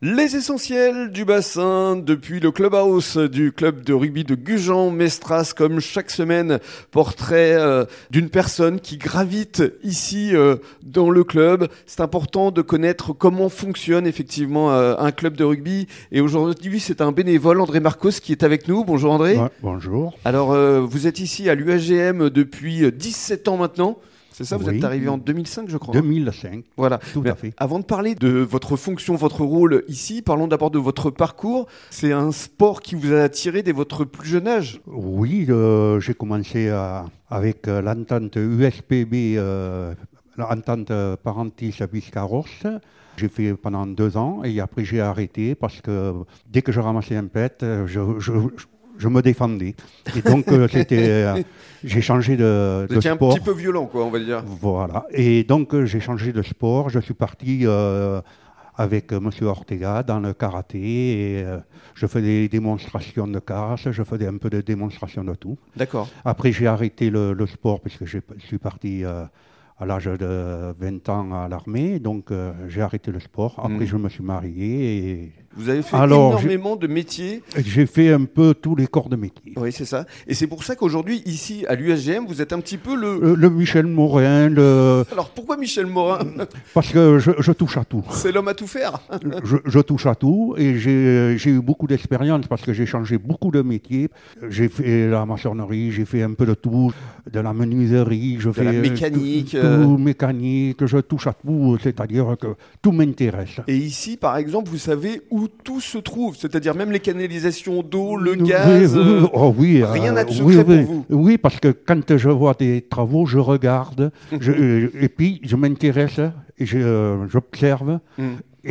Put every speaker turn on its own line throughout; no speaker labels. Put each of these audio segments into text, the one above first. Les essentiels du bassin depuis le clubhouse du club de rugby de Gujan Mestras comme chaque semaine portrait euh, d'une personne qui gravite ici euh, dans le club. C'est important de connaître comment fonctionne effectivement euh, un club de rugby et aujourd'hui c'est un bénévole André Marcos qui est avec nous. Bonjour André.
Ouais, bonjour.
Alors euh, vous êtes ici à l'UAGM depuis 17 ans maintenant. C'est ça, vous
Oui.
êtes arrivé en 2005 je crois.
2005,
Voilà.
tout
Mais
à fait.
Avant de parler de votre fonction, votre rôle ici, parlons d'abord de votre parcours. C'est un sport qui vous a attiré dès votre plus jeune âge.
Oui, euh, j'ai commencé à- avec euh, l'entente USPB, euh, l'entente euh, Parentis à Biscarros. J'ai fait pendant deux ans et après j'ai arrêté parce que euh, dès que je ramassais un pet, euh, je, je- je- je me défendais. Et donc euh, c'était, euh, j'ai changé de,
Vous
de
étiez un
sport.
petit peu violent, quoi, on va dire.
Voilà. Et donc, euh, j'ai changé de sport. Je suis parti euh, avec M. Ortega dans le karaté. Et, euh, je fais des démonstrations de casse, je faisais un peu de démonstrations de tout.
D'accord.
Après, j'ai arrêté le, le sport puisque j'ai- je suis parti euh, à l'âge de 20 ans à l'armée. Donc, euh, j'ai arrêté le sport. Après,
Mm.
je me suis marié et
Vous avez fait
Alors, j'ai-
énormément de métiers.
et j'ai fait un peu tous les corps de métier.
Oui, c'est ça. Et c'est pour ça qu'aujourd'hui, ici, à l'USGM, vous êtes un petit peu le.
Euh, Le, le Michel Morin, le...
Alors pourquoi Michel Morin
parce que je- je touche à tout.
C'est l'homme à tout faire.
je, je touche à tout et j'ai j'ai eu beaucoup d'expérience parce que j'ai changé beaucoup de métiers. J'ai fait la maçonnerie, j'ai fait un peu de tout, de la menuiserie, je fais
la
euh,
mécanique,
tout,
euh.
tout mécanique, je touche à tout, c'est-à-dire que tout m'intéresse.
Et ici, par exemple, vous savez où tout se trouve, c'est-à-dire même les canalisations d'eau, le
Oui,
gaz.
oui,
euh,
oh oui,
rien
euh,
n'a de
oui,
secret pour
oui.
vous.
Oui, parce que quand je vois des travaux, je regarde, je- euh, et puis je m'intéresse, et je, euh, j'observe,
Mm.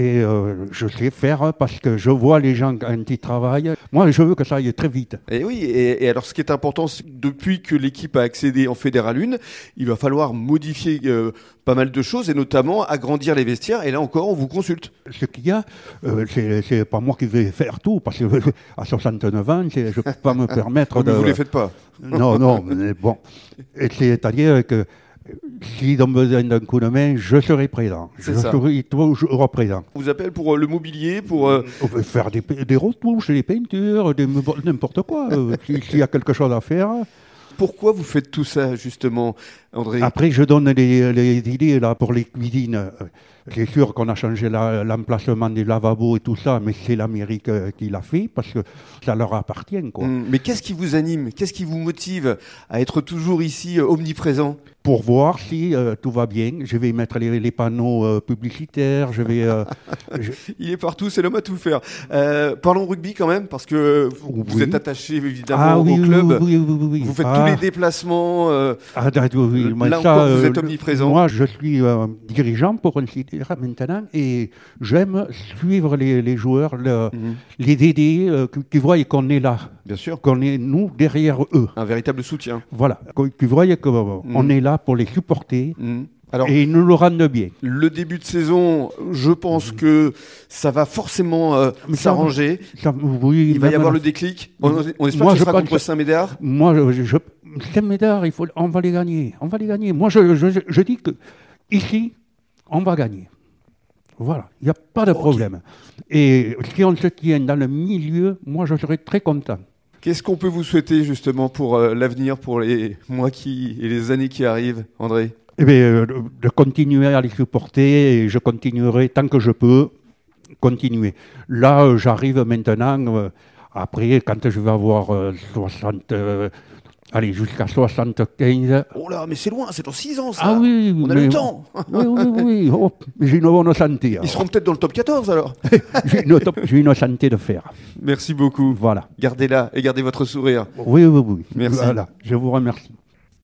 et euh, je sais faire parce que je vois les gens quand ils travaillent. Moi, je veux que ça aille très vite.
Et Eh oui, et, et alors ce qui est important, c'est que depuis que l'équipe a accédé en Fédéral 1, il va falloir modifier euh, pas mal de choses et notamment agrandir les vestiaires. Et là encore, on vous consulte.
Ce qu'il y a, euh, c'est c'est pas moi qui vais faire tout, parce que euh, à 69 ans, c'est- je ne peux pas me permettre
Oh, mais
de.
vous ne les faites pas.
Non, non, mais bon. Et C'est-à-dire que euh, s'ils ont besoin d'un coup de main, je serai présent. Je
C'est ça.
serai toujours présent.
On vous appelle pour euh, le mobilier, pour... euh,
On peut Faire des, pe- des retouches, des peintures, des mo- n'importe quoi. euh, si- S'il y a quelque chose à faire.
Pourquoi vous faites tout ça, justement, André
Après, je donne les, les idées là, pour les cuisines. Euh, C'est sûr qu'on a changé la- l'emplacement des lavabos et tout ça, mais c'est l'Amérique euh, qui l'a fait parce que ça leur appartient. Quoi.
Hum, Mais qu'est-ce qui vous anime Qu'est-ce qui vous motive à être toujours ici, euh, omniprésent
Pour voir si euh, tout va bien, je vais mettre les, les panneaux euh, publicitaires, je vais. euh, je-
Il est partout, c'est l'homme à tout faire. Euh, parlons rugby quand même, parce que vous, vous
Oui.
êtes attaché évidemment
Ah oui,
au
oui,
club.
oui, oui, oui, oui.
Vous faites
Ah,
tous les déplacements. euh,
ah, d'accord, oui,
Là
mais
encore,
ça,
vous êtes
euh,
omniprésent.
Moi, je suis euh, dirigeant pour ainsi dire maintenant et j'aime suivre les, les joueurs, le-
Mhm.
les aider, euh, qui, qui voient qu'on est là.
Bien sûr.
qu'on est nous derrière eux.
Un véritable soutien.
Voilà, Qu'on- qu'ils voient qu'on
Mm.
euh, est là pour les supporter
Mm. Alors,
Mhm. et ils nous le rendent bien.
le début de saison, je pense que ça va forcément euh,
Mhm. Mais ça,
s'arranger.
Ça, oui,
Il va y
même
avoir
la-
le déclic. On, on espère
Moi,
que ce
je
sera
pense
contre
que-
Saint-Médard.
Moi, je, je, Saint-Médard, il faut, on va les gagner, on va les gagner. Moi, je, je, je- je dis que ici, on va gagner. Voilà, il n'y a pas de problème. Et si on se tient dans le milieu, moi, je serai très content.
Qu'est-ce qu'on peut vous souhaiter justement pour euh, l'avenir, pour les mois qui et les années qui arrivent, André
Eh bien, euh, de de continuer à les supporter et je continuerai tant que je peux continuer. Là, euh, j'arrive maintenant, euh, après, quand je vais avoir euh, 60, euh, allez, jusqu'à 75.
Oh là, mais c'est loin, c'est dans 6 ans ça.
Ah oui,
on a
mais-
le temps.
Oui, oui, oui, oh, j'ai une bonne santé.
Ils seront peut-être dans le top 14 alors.
alors. J'ai une, top- j'ai une santé de fer.
Merci beaucoup.
Voilà.
Gardez-la et gardez votre sourire.
Oui, oui, oui.
Merci.
Voilà. Je vous remercie.